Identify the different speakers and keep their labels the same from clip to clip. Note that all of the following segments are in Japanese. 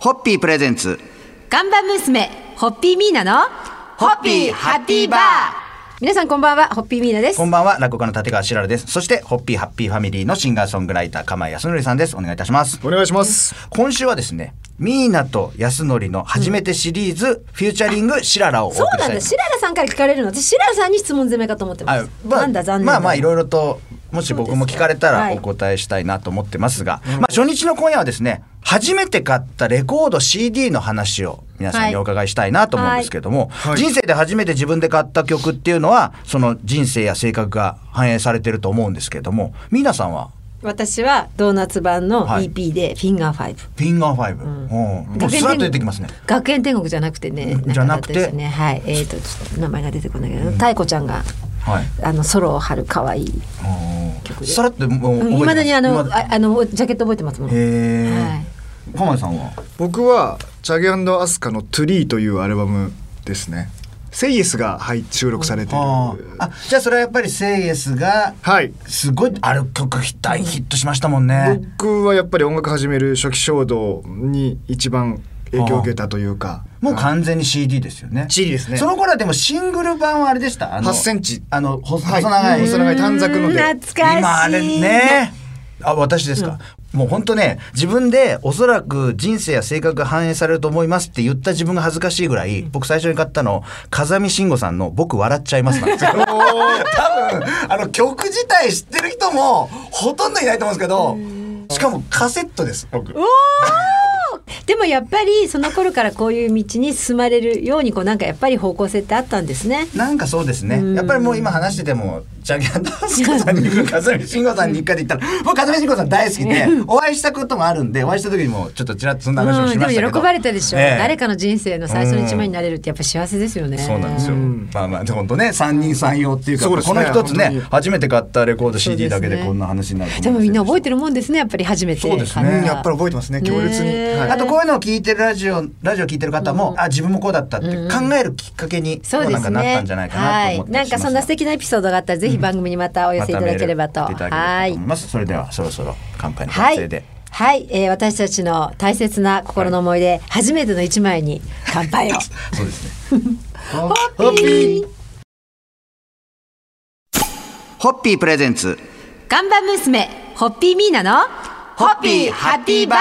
Speaker 1: ホッピープレゼンツ
Speaker 2: ガンバ娘、ホッピーミーナの、
Speaker 1: ホッピーハッピーバー
Speaker 2: 皆さんこんばんは、ホッピーミーナです
Speaker 1: こ。んばんは落語家の立川しらるですそしてホッピーハッピーファミリーのシンガーソングライター釜井康則さんですお願いいたします
Speaker 3: お願いします。
Speaker 1: 今週はですねミーナと康則の初めてシリーズ、フューチャリングシララをお送
Speaker 2: そう
Speaker 1: りし
Speaker 2: なん
Speaker 1: たい
Speaker 2: だ、シララさんから聞かれるの。私、シララさんに質問攻めかと思ってます。なんだ、残念だ。
Speaker 1: まあまあいろいろともし僕も聞かれた
Speaker 2: そう
Speaker 1: ら
Speaker 2: です
Speaker 1: お
Speaker 2: か
Speaker 1: 答えしたいなと思ってますが、まあ、初日の今夜はですね初めて買ったレコード CD の話を皆さんにお伺いしたいなと思うんですけども、
Speaker 3: い
Speaker 1: 人生で初めて自分で買った曲っていうのはその人生や性格が反映されてると思うんですけども皆さんは
Speaker 2: 私はドーナツ版の
Speaker 1: はい
Speaker 2: EP で、フィンガーファイ
Speaker 1: 「
Speaker 2: ブ。
Speaker 1: フィンガーファイブ」うんもうスラッと出てきますね。
Speaker 2: 学園天国じゃなくてね、
Speaker 1: じゃなくて
Speaker 2: んかだったですよね、はい、えっ、と、ちょっと名前が出てこないけど、太子ちゃんが。
Speaker 1: はい
Speaker 2: あのソロを張る可愛い。
Speaker 1: うんさらってもう覚えてます
Speaker 2: いまだにあの、
Speaker 1: 未だ
Speaker 2: ああのジャケット覚えてますもん。
Speaker 1: へえ、
Speaker 2: はい
Speaker 1: 浜田さんは
Speaker 3: 僕はチャゲアスカのトゥリーというアルバムですね。セイエスがはい収録されている。
Speaker 1: あーあじゃあそれはやっぱり「セイエス」が
Speaker 3: はい。
Speaker 1: すごいある曲大ヒットしましたもんね。
Speaker 3: 僕はやっぱり音楽始める初期衝動に一番影響を受けたというか。
Speaker 1: もう完全に CD ですよね。
Speaker 3: CD ですね
Speaker 1: その頃はでもシングル版はあれでした。あの
Speaker 3: 8センチ
Speaker 1: あのほ細
Speaker 3: はい
Speaker 1: 長い。
Speaker 3: 細長い短冊ので。
Speaker 2: 懐かしい。
Speaker 1: 今あれね。あ私ですか、もう本当ね自分でおそらく人生や性格が反映されると思いますって言った自分が恥ずかしいぐらい、僕最初に買ったの風見慎吾さんの「僕笑っちゃいます」なん ですよ多分 あの曲自体知ってる人もほとんどいないと思うんですけどしかもカセットです僕
Speaker 2: でもやっぱりその頃からこういう道に進まれるようにこうなんかやっぱり方向性ってあったんですね。
Speaker 1: なんかそうですね。やっぱりもう今話してても、ジャギアンダースコさんに、風見慎吾さんに一回で言ったら、 もう風見慎吾さん大好きで、お会いしたこともあるんで、お会いした時にもちょっとちらっとそんな話も
Speaker 2: う
Speaker 1: し
Speaker 2: ん、で
Speaker 1: ま
Speaker 2: も
Speaker 1: したけど。
Speaker 2: 喜ばれたでしょ、
Speaker 1: ええ
Speaker 2: 誰かの人生の最初の一枚になれるってやっぱ幸せですよね。
Speaker 1: そうなんですよ。まあまあ、本当ね、三人三様っていうか、
Speaker 3: そうです
Speaker 1: こ
Speaker 3: ね
Speaker 1: の一つ
Speaker 3: 本当
Speaker 1: ね
Speaker 3: に、
Speaker 1: 初めて買ったレコード CD
Speaker 2: そ
Speaker 1: だ
Speaker 2: うで
Speaker 1: け
Speaker 2: すね
Speaker 1: でこんな話になると思いませ
Speaker 2: で
Speaker 1: ん
Speaker 2: もみんな覚え
Speaker 1: て
Speaker 2: てるもんですねやっぱり初めて
Speaker 1: そうですね
Speaker 2: 買
Speaker 3: うんやっぱり覚えてますね強烈に
Speaker 2: ねえ
Speaker 3: はい
Speaker 1: あとこういうのを聞いてるラジオ、ラジオ聞いてる方も、あ、自分もこうだったって考えるきっかけに、
Speaker 2: そう
Speaker 1: な
Speaker 2: で
Speaker 1: ん
Speaker 2: す
Speaker 1: かなった
Speaker 2: ね
Speaker 1: んじゃないかな
Speaker 2: は
Speaker 1: と思っ
Speaker 2: い
Speaker 1: て
Speaker 2: なんかそんな素敵なエピソードがあったらぜひ番組にまたお寄せいただければと、
Speaker 1: またメールいただければ
Speaker 2: は
Speaker 1: と
Speaker 2: い
Speaker 1: 思います。それでは、そろそろ乾杯の
Speaker 2: は
Speaker 1: 達成
Speaker 2: い
Speaker 1: で。、
Speaker 2: はいえー私たちの大切な心の思い出、初めての一枚に乾杯 を
Speaker 1: そうですね。
Speaker 2: ホッピー
Speaker 1: ホッピープレゼンツ。
Speaker 2: ガンバ娘ホッピーミーナの
Speaker 1: ホッピーハッピーバー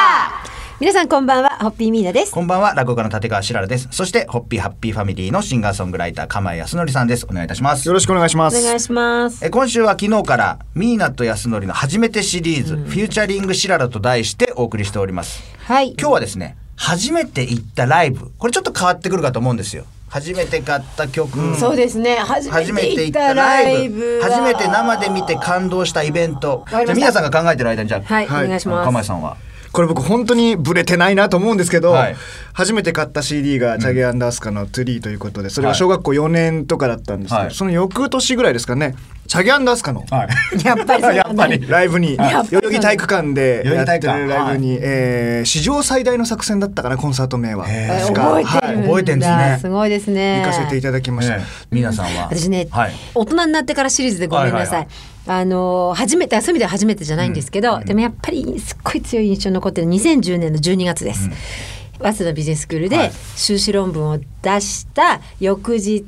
Speaker 2: 皆さんこんばんはホッピーミーナです
Speaker 1: こんばんは、落語家の立川しららです。そして、ホッピーハッピーファミリーのシンガーソングライター、釜井康則さんです。お願いいたします
Speaker 3: よ。ろしくお願いしま
Speaker 2: お願い
Speaker 3: す。
Speaker 2: します
Speaker 1: え今週は昨日からミーナと康則の初めてシリーズ、フューチャリングしららと題してお送りしております。
Speaker 2: はい
Speaker 1: 今日はですね、初めて行ったライブ。これちょっと変わってくるかと思うんですよ。初めて買った曲。
Speaker 2: そうですね初
Speaker 1: 初め
Speaker 2: め
Speaker 1: て
Speaker 2: て
Speaker 1: 行
Speaker 2: 行っ
Speaker 1: ったた
Speaker 2: ラ
Speaker 1: ラ
Speaker 2: イ
Speaker 1: イブ
Speaker 2: ブは
Speaker 1: 初めて生で見て感動したイベントじ
Speaker 2: わかりました
Speaker 1: ゃあ皆さんが考えてる間にじゃあ、
Speaker 2: はい、
Speaker 3: はい
Speaker 2: お願いします
Speaker 1: 釜井さんは
Speaker 3: これ僕本当にブレてないなと思うんですけど、
Speaker 1: はい
Speaker 3: 初めて買った CD がチャゲアスカのトゥリーということで、それが小学校4年とかだったんですけど、
Speaker 1: はい
Speaker 3: その翌年ぐらいですかね、チャゲアスカの
Speaker 1: はい
Speaker 2: やっぱりそうなんだね
Speaker 3: ライブに
Speaker 2: やっぱ
Speaker 3: 代
Speaker 2: りそう
Speaker 3: 々木体育館で
Speaker 1: 代
Speaker 3: や
Speaker 1: 々木体
Speaker 3: って
Speaker 1: 育館
Speaker 3: るライブに、えー史上最大の作戦だったかなコンサート名は
Speaker 1: へ
Speaker 2: え
Speaker 1: ー
Speaker 3: 確か
Speaker 2: 覚えて
Speaker 3: は
Speaker 2: る
Speaker 1: は
Speaker 2: んだ、
Speaker 1: い覚えてんですね
Speaker 2: すごいですね
Speaker 3: い行かせていただきました、
Speaker 1: 皆さんは
Speaker 2: 私ね、
Speaker 1: はい
Speaker 2: 大人になってからシリーズでごめんなさい。
Speaker 1: はい
Speaker 2: あのー初めてそういう意味では初めてじゃないんですけど、でもやっぱりすっごい強い印象に残ってる2010年の12月です。早稲田ビジネススクール
Speaker 1: は
Speaker 2: で
Speaker 1: い
Speaker 2: 修士論文を出した翌日、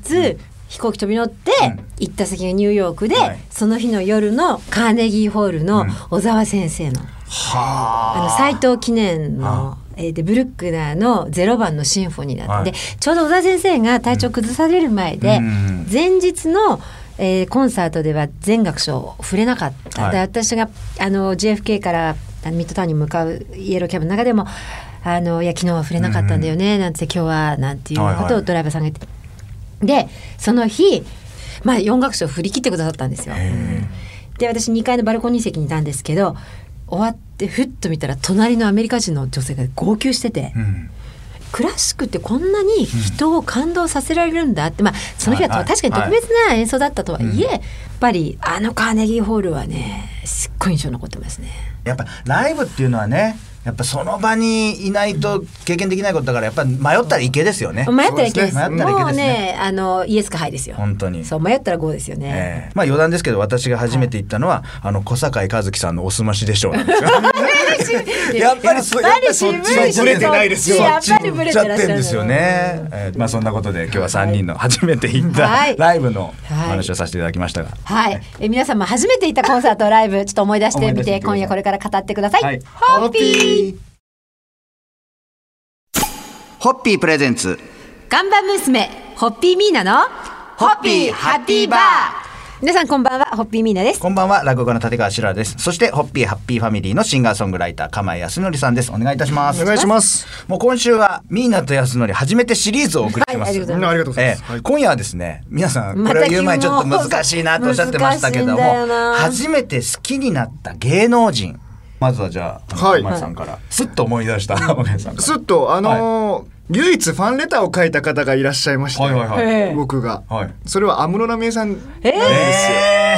Speaker 2: 飛行機飛び乗って行った先がニューヨークで、
Speaker 1: はい
Speaker 2: その日の夜のカーネギーホールの小沢先生のあの斎藤記念の、えーでブルックナーの「ゼロ番のシンフォニー」なんで、
Speaker 1: は
Speaker 2: ちょうど小田先生が体調崩される前で、
Speaker 1: うん
Speaker 2: 前日の、えーコンサートでは全楽章触れなかった、
Speaker 1: はい
Speaker 2: で私があの JFK からあのミッドタウンに向かうイエローキャブの中でも「あのいや昨日は触れなかったんだよね」なんて今日はなんていうようなこと
Speaker 1: はいは
Speaker 2: を
Speaker 1: い
Speaker 2: ドライバーさんが言って、でその日、まあ、4楽章振り切ってくださったんですよ。で私2階のバルコニー席にいたんですけど終わってふっと見たら隣のアメリカ人の女性が号泣してて、
Speaker 1: ん
Speaker 2: クラシックってこんなに人を感動させられるんだって、まあ、その日は
Speaker 1: はいはい
Speaker 2: 確かに特別な演奏だったとはいえ、やっぱりあのカーネギーホールはねすっごい印象に残ってますね。
Speaker 1: やっぱライブっていうのはねやっぱその場にいないと経験できないことだからやっぱ迷ったらいけですよね
Speaker 2: 迷ったらいけです
Speaker 1: そうですね迷ったらい
Speaker 2: も
Speaker 1: け
Speaker 2: う
Speaker 1: ですね
Speaker 2: ねあのイエスかハイですよ
Speaker 1: 本当に
Speaker 2: そう迷ったらゴーですよ ね、
Speaker 1: ええまあ余談ですけど私が初めて行ったのは、あの小堺一樹さんのおすましでしょうなんですよやっぱりそやっぱりそっち
Speaker 2: やっぱり
Speaker 3: 渋いブレてないですよ
Speaker 1: そっち
Speaker 2: やっぱりブレて
Speaker 1: 行
Speaker 2: ら
Speaker 1: っ
Speaker 2: っ
Speaker 1: ち
Speaker 2: し
Speaker 1: ゃって
Speaker 2: ゃる
Speaker 1: んですよね。えーまあそんなことで今日は三人の初めて行った
Speaker 2: はい
Speaker 1: ライブのお
Speaker 2: はい
Speaker 1: 話をさせていただきましたが。
Speaker 2: はい、え皆様初めて行ったコンサートライブちょっと思い出してみ
Speaker 1: 思い出してみ
Speaker 2: て
Speaker 1: てくださ
Speaker 2: 今
Speaker 1: い
Speaker 2: 夜これから語ってください、
Speaker 1: はい
Speaker 2: ホッピー
Speaker 4: ホッピープレゼンツ
Speaker 2: ガンバ娘ホッピーミーナのホッピーハッピーバー皆さんこんばんはホッピーミーナです
Speaker 1: こんばんは落語家の立川志らくです。そしてホッピーハッピーファミリーのシンガーソングライター釜井康則さんです。お願いいたします。
Speaker 3: お願いします。
Speaker 1: もう今週はミーナと康則初めてシリーズをお送りしま
Speaker 2: はいあ
Speaker 1: す。
Speaker 2: りがとうございます
Speaker 3: うんありがとうござい
Speaker 1: え
Speaker 3: ます。
Speaker 1: え
Speaker 3: はい
Speaker 1: 今夜はですね皆さん
Speaker 2: ま
Speaker 1: こ
Speaker 2: た
Speaker 1: れを言う前にち
Speaker 2: 君
Speaker 1: ょ
Speaker 2: も
Speaker 1: っと難しいなとおっしゃってましたけども
Speaker 2: 難しいんだよな
Speaker 1: 初めて好きになった芸能人まずはじゃあ
Speaker 3: はい
Speaker 1: お前さんからすっと思い出したお前さんから
Speaker 3: すっとあのー唯一ファンレターを書いた方がいらっしゃいまして、
Speaker 1: はいはいはい
Speaker 2: ええ
Speaker 3: 僕が、
Speaker 1: はい
Speaker 3: それは安室奈美恵さん
Speaker 2: え
Speaker 1: え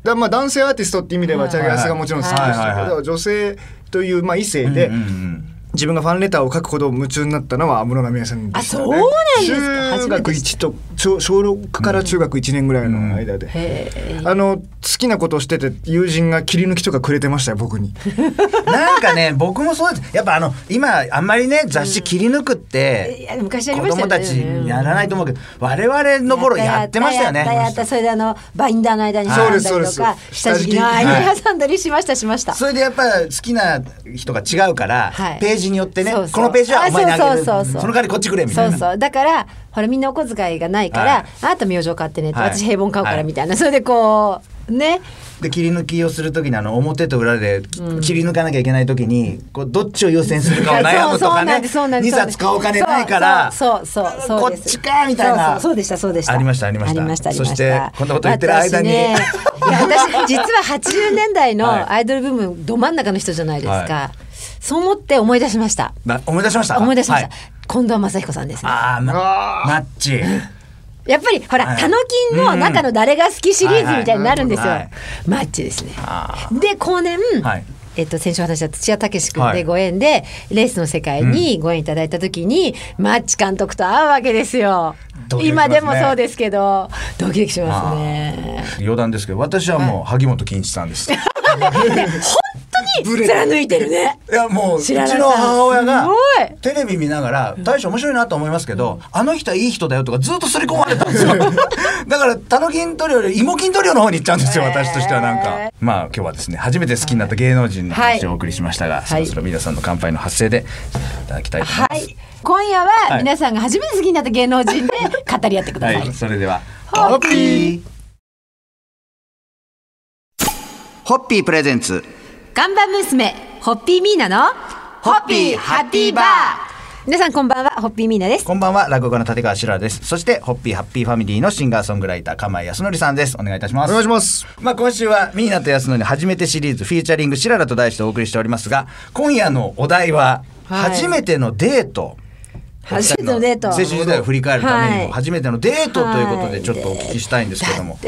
Speaker 2: ー
Speaker 3: だまあ男性アーティストって意味ではチャゲアスがもちろん好きでし
Speaker 1: はいはい
Speaker 3: た
Speaker 1: はい
Speaker 3: けど女性というまあ異性で
Speaker 1: えうんうん
Speaker 3: 自分がファンレターを書くほど夢中になったのは安室奈美恵さんでしたね
Speaker 2: あそうなんですか
Speaker 3: 中学1と小小6から中学1年ぐらいの間で、
Speaker 2: へー
Speaker 3: あの好きなことをしてて友人が切り抜きとかくれてましたよ僕に
Speaker 1: うんなんか ね僕もそうですやっぱあの今あんまりね雑誌切り抜くっ
Speaker 2: い
Speaker 1: て
Speaker 2: や昔やり
Speaker 1: 子
Speaker 2: ました
Speaker 1: 供
Speaker 2: よね
Speaker 1: たちやらないと思うけど我々の頃やってましたよね
Speaker 2: やったやったやったそれであのバインダーの間に挟んだり
Speaker 3: そうで
Speaker 2: と
Speaker 3: すそう
Speaker 2: か
Speaker 3: です
Speaker 2: 下敷きの間 に挟んだりしましたしました
Speaker 1: それでやっぱ好きな人が違うから、
Speaker 2: はい
Speaker 1: ページによってね
Speaker 2: そうそう
Speaker 1: このページはお前にあげる
Speaker 2: あそうそうそう
Speaker 1: そ
Speaker 2: そう
Speaker 1: の代わりこっちくれみた
Speaker 2: そ
Speaker 1: いうな
Speaker 2: そうだからほらみんなお小遣いがないから、
Speaker 1: はい
Speaker 2: あなた明星買ってねって、
Speaker 1: はい
Speaker 2: 私平凡買うか
Speaker 1: は
Speaker 2: ら
Speaker 1: い
Speaker 2: みたいなそれでこうね
Speaker 1: で切り抜きをする時にあの表と裏で切り抜かなきゃいけない時に、こうどっちを優先するかを悩むとかね
Speaker 2: そうそうなんですそうなんで
Speaker 1: 2
Speaker 2: す
Speaker 1: 冊買うお金ないから
Speaker 2: そうそうそうそう
Speaker 1: こ
Speaker 2: で
Speaker 1: っ
Speaker 2: す
Speaker 1: ちかみたい
Speaker 2: そ
Speaker 1: な
Speaker 2: うそうそうでしたそうでした
Speaker 1: ありましたありました
Speaker 2: ありましたあり
Speaker 1: そ
Speaker 2: ま
Speaker 1: し
Speaker 2: してた
Speaker 1: こんなこと言ってる間に、
Speaker 2: 私ねいや私実は80年 代
Speaker 1: はい
Speaker 2: のアイドルブームど真ん中の人じゃないですか、
Speaker 1: は
Speaker 2: そう思って思い出しました
Speaker 1: な思い出しました
Speaker 2: 思い出しました、
Speaker 1: はい
Speaker 2: 近藤真彦さんですね
Speaker 1: あーまマッチ
Speaker 2: やっぱりほら、
Speaker 1: はい
Speaker 2: タノキンの中の誰が好きシリーズみたいになるんですよ、
Speaker 1: はいはい
Speaker 2: マッチですね
Speaker 1: あ
Speaker 2: で後年、
Speaker 1: はい
Speaker 2: えっと、先週お話しした土屋武志君
Speaker 1: はい
Speaker 2: でご縁で、レースの世界にご縁いただいた時に、マッチ監督と会うわけですよ
Speaker 1: ドキドキしますね
Speaker 2: 今でもそうですけどドキドキしますね
Speaker 1: 余談ですけど私はもう萩本欽一さんです、い、
Speaker 3: ブレ
Speaker 2: 貫いてるね
Speaker 1: やもううち
Speaker 2: 知ら
Speaker 1: の
Speaker 2: なかった
Speaker 1: 母親が
Speaker 2: すごい
Speaker 1: テレビ見ながら大将面白いなと思いますけど、あの人はいい人だよとかずっと刷り込まれたんですよ だからタノキントリオより芋キントリオの方に行っちゃうんですよ私としてはなんかまあ今日はですね初めて好きになった芸能人の話をお送りしましたが、そろそろ皆さんの乾杯の発声でいただきたいと思い
Speaker 2: は
Speaker 1: ます、
Speaker 2: い今夜
Speaker 1: は
Speaker 2: はい皆さんが初めて好きになった芸能人で語り合ってくだ
Speaker 1: は
Speaker 2: さ
Speaker 1: い
Speaker 2: い、
Speaker 1: それでは
Speaker 2: ホッピ
Speaker 1: ー
Speaker 4: ホッピープレゼンツ
Speaker 2: 看板娘ホッピーミーナのホッピーハッピーバー皆さんこんばんはホッピーミーナです
Speaker 1: こんばんは落語家の立川志らくですそしてホッピーハッピーファミリーのシンガーソングライター釜井康則さんですお願いいたしま
Speaker 3: お
Speaker 1: す
Speaker 3: 願いします
Speaker 1: まあ今週はミーナと安野に初めてシリーズフィーチャリングシララと題してお送りしておりますが今夜のお題は
Speaker 2: はい
Speaker 1: 初めてのデート、
Speaker 2: 初めてのデート
Speaker 1: 青春時代を振り返るために
Speaker 2: はい
Speaker 1: も初めてのデートということでちょっとお聞きしたいんですけども、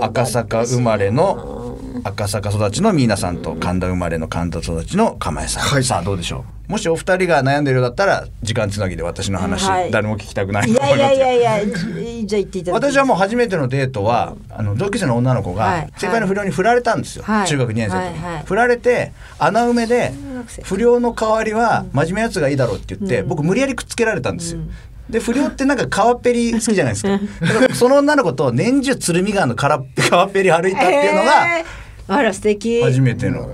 Speaker 1: 赤坂生まれの赤坂育ちのミーナさんと神田生まれの神田育ちの釜江さん、
Speaker 3: はい
Speaker 1: さあどうでしょうもしお二人が悩んでるようだったら時間つなぎで私の話、
Speaker 2: はい
Speaker 1: 誰も聞きたくない
Speaker 2: い
Speaker 1: と思いま
Speaker 2: や
Speaker 1: す
Speaker 2: い
Speaker 1: が
Speaker 2: やいやいやじじゃあ言っていただいて
Speaker 1: 私はもう初めてのデートはあの同級生の女の子
Speaker 2: は
Speaker 1: が
Speaker 2: い
Speaker 1: 先輩の不良に振られたんですよ、
Speaker 2: はい
Speaker 1: 中学2年生の時に、
Speaker 2: はいはい
Speaker 1: 振られて穴埋めで
Speaker 2: 学生
Speaker 1: 不良の代わりは真面目なやつがいいだろうって言って、僕無理やりくっつけられたんですよ。で不良ってなんか川っぺり好きじゃないですか。 だからその女の子と年中鶴見川のから川っぺ り歩いたっていうのが
Speaker 2: えーあら素敵
Speaker 1: 初めての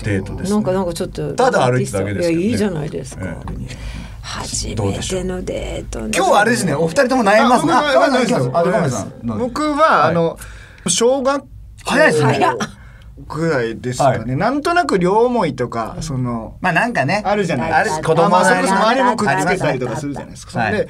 Speaker 1: デートです
Speaker 2: な。んかなんかちょっと
Speaker 1: ただ歩いてただけですけどね
Speaker 2: いやいいじゃないですか、
Speaker 1: ええ
Speaker 2: 初め
Speaker 1: どうでしょう
Speaker 2: てのデートね
Speaker 1: 今日はあれですねお二人とも悩みますね。
Speaker 3: あ僕は
Speaker 1: あ
Speaker 3: 僕は
Speaker 1: ごめんな
Speaker 3: 僕
Speaker 1: さ
Speaker 3: は
Speaker 1: ど
Speaker 3: い
Speaker 1: うぞ
Speaker 3: 僕はあの小学校
Speaker 1: 早いですね。
Speaker 3: ぐらいですか
Speaker 1: は
Speaker 3: ねなんとなく両思いとかその
Speaker 1: まあなんかね
Speaker 3: あるじゃない
Speaker 1: あ
Speaker 3: で
Speaker 1: る
Speaker 3: すか。
Speaker 1: 子供
Speaker 3: まあ
Speaker 1: の
Speaker 3: それこそ周りもくっ
Speaker 1: あり
Speaker 3: つ
Speaker 1: ま
Speaker 3: け
Speaker 1: す
Speaker 3: た
Speaker 1: ね
Speaker 3: りとかするじゃないですか。
Speaker 1: はい
Speaker 3: で、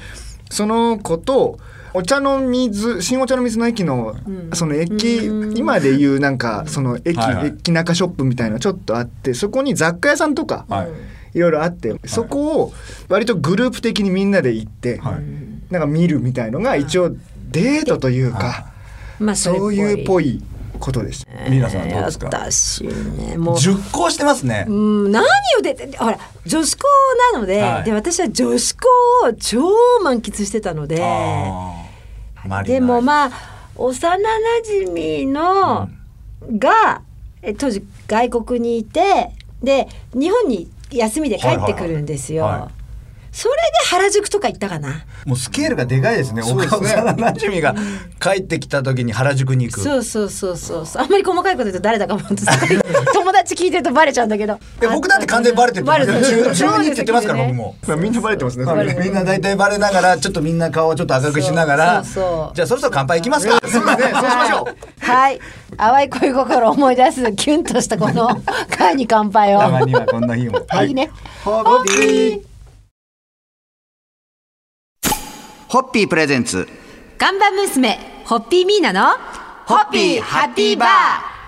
Speaker 3: その子とお茶の水新お茶の水の駅の、その駅、今でいうなんかその駅、
Speaker 1: はいはい
Speaker 3: 駅中ショップみたいなのちょっとあってそこに雑貨屋さんとか、
Speaker 1: はい
Speaker 3: い、ろいろあって、そこを割とグループ的にみんなで行って、
Speaker 1: はい
Speaker 3: なんか見るみたいのが一応デートというか、
Speaker 2: まあ
Speaker 3: そういうっぽいことです。
Speaker 1: ミーナさんどうですか。
Speaker 2: 私ねもう
Speaker 1: 熟考してますね。
Speaker 2: うん何をでほら女子校なので,、
Speaker 1: はい
Speaker 2: で私は女子校を超満喫してたので
Speaker 1: あーマリナ
Speaker 2: でもまあ幼なじみのが、え当時外国にいてで日本に休みで帰ってくるんですよ、
Speaker 1: はいはいはいは
Speaker 2: それで原宿とか行ったかな
Speaker 1: もうスケールがでかいですね。
Speaker 3: そうです
Speaker 1: 岡尾
Speaker 3: ね
Speaker 1: さんの馴染みが帰ってきた時に原宿に行く。
Speaker 2: そうそうそうそうそうあんまり細かいこと言うと誰 だかも友達聞いてるとバレちゃうんだけど
Speaker 1: え僕だって完全にバレてると
Speaker 2: バ
Speaker 1: 思
Speaker 2: レ
Speaker 1: う。
Speaker 2: て
Speaker 1: 中
Speaker 2: る
Speaker 1: 中2って言ってますから、僕も。
Speaker 3: まあみんなバレてますね。
Speaker 2: バレてる
Speaker 1: みんな大体バレながら、ちょっとみんな顔をちょっと赤くしながら、
Speaker 2: そうそうそう
Speaker 1: じゃあそろそろ乾杯いきますか。
Speaker 3: そうですね。そうしましょう。
Speaker 2: はい淡い恋心を思い出すキュンとしたこ の会に乾杯を
Speaker 1: たまにはこんな日も。
Speaker 2: いいね
Speaker 3: ホッピー。
Speaker 4: ホッピープレゼンツ
Speaker 2: ガンバ娘ホッピーミーナのホッ
Speaker 4: ピーハッピーバー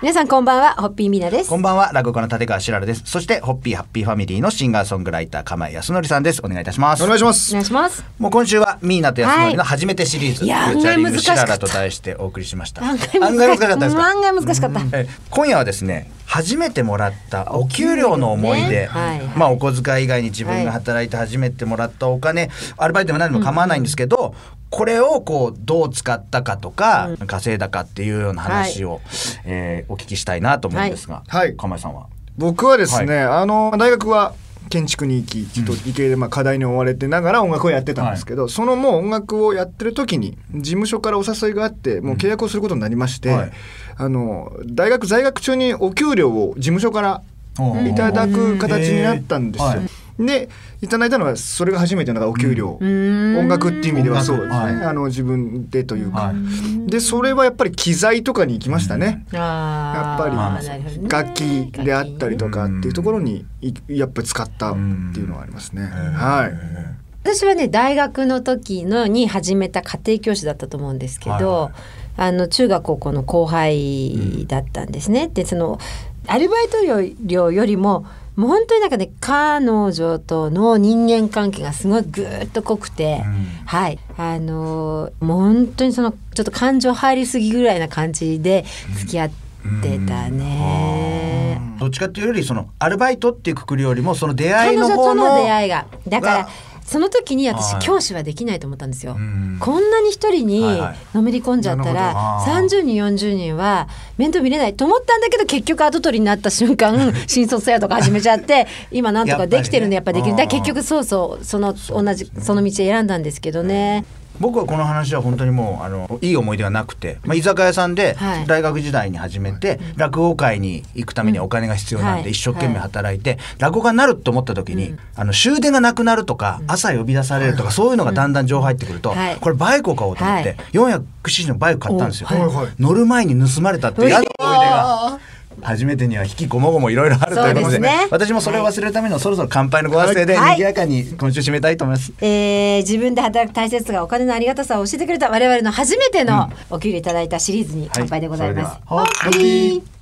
Speaker 2: 皆さんこんばんはホッピーミーナです
Speaker 1: こんばんは、落語家の立川しららです。そして、ホッピーハッピーファミリーのシンガーソングライター、釜井康則さんです。お願いいたします。
Speaker 3: お願いしま
Speaker 2: お
Speaker 3: す。
Speaker 2: 願いします
Speaker 1: もう今週は、ミーナと康則の初めてシリーズ、
Speaker 2: はいいやー
Speaker 1: フューチャリン
Speaker 2: 案
Speaker 1: グ
Speaker 2: 外難し
Speaker 1: し
Speaker 2: かった
Speaker 1: ららと題してお送りしました。
Speaker 2: 案外難しかった
Speaker 1: 案外難しかった
Speaker 2: 案外難しかった
Speaker 1: え今夜はですね初めてもらったお給料の思い出、
Speaker 2: ねはいはい
Speaker 1: まあ、お小遣い以外に自分が働いて初めてもらったお金、アルバイトでも何でも構わないんですけど、これをこうどう使ったかとか、稼いだかっていうような話を、えーお聞きしたいなと思うんですが、
Speaker 3: はい
Speaker 1: 釜井さんは。
Speaker 3: 僕はですね、あの大学は建築に行きちょっと理系でまあ課題に追われてながら音楽をやってたんですけど、そのもう音楽をやってる時に事務所からお誘いがあってもう契約をすることになりまして、
Speaker 1: はい
Speaker 3: あの大学在学中にお給料を事務所からいただく形になったんですよ。
Speaker 1: うんへーは
Speaker 3: でいただいたのはそれが初めてのお給料、音楽っていう意味ではそうですね、
Speaker 1: 音楽はい
Speaker 3: あの自分でというか、
Speaker 1: はい
Speaker 3: でそれはやっぱり機材とかに行きましたね。や
Speaker 2: や
Speaker 3: っぱり
Speaker 1: な
Speaker 3: 楽器であったりとかっていうところにいやっぱり使ったって
Speaker 1: ん
Speaker 3: いうのはありますね。はい。
Speaker 2: 私はね大学の時のに始めた家庭教師だったと思うんですけど、
Speaker 1: はいは
Speaker 2: あの中学高校の後輩だったんですね。でそのアルバイト料料よりももう本当になんかね彼女との人間関係がすごいぐーっと濃くて、はいあのーもう本当にそのちょっと感情入りすぎぐらいな感じで付き合ってたね。
Speaker 1: どっちかっていうよりそのアルバイトっていうくくりよりもその出会い
Speaker 2: 彼女
Speaker 1: の方
Speaker 2: と
Speaker 1: の
Speaker 2: の出会いがだか
Speaker 1: が
Speaker 2: らその時に私
Speaker 1: はい
Speaker 2: 教師はできないと思ったんですよ、
Speaker 1: ん
Speaker 2: こんなに一人に
Speaker 1: はいはい
Speaker 2: のめり込んじゃったら、
Speaker 1: なるほどあー
Speaker 2: 30人40人は面倒見れないと思ったんだけど結局後取りになった 瞬間新卒やとか始めちゃって今なんとかできてるのや
Speaker 1: や
Speaker 2: っ
Speaker 1: っぱ
Speaker 2: ぱで
Speaker 1: り
Speaker 2: き
Speaker 1: ね
Speaker 2: るだから結局そうそうその同じその道選んだんですけどね、
Speaker 1: 僕はこの話は本当にもうあのいい思い出はなくて、まあ、居酒屋さんで
Speaker 2: はい
Speaker 1: 大学時代に始めて、落語会に行くためにはお金が必要なんで、
Speaker 2: はい
Speaker 1: 一生懸命働いて、落語家になると思った時に、あの終電がなくなるとか、朝呼び出されるとか、そういうのがだんだん情報入ってくると、
Speaker 2: はい
Speaker 1: これバイクを買おうと思って、
Speaker 2: はい
Speaker 1: 400cc のバイク買ったんですよ、
Speaker 2: おはい
Speaker 3: はい
Speaker 1: 乗る前に盗まれたっていう嫌な思い出が。初めてには引きこもごもいろいろあるということ
Speaker 2: そう
Speaker 1: で
Speaker 2: ですね
Speaker 1: 私もそれを忘れるためのそろそろ乾杯のご発声で
Speaker 2: はい
Speaker 1: 賑やかに今週締めたいと思います。
Speaker 2: えー自分で働く大切さがお金のありがたさを教えてくれた我々の初めてのお給料いただいたシリーズに乾杯でございます。
Speaker 1: はいそれでは
Speaker 2: ホッピー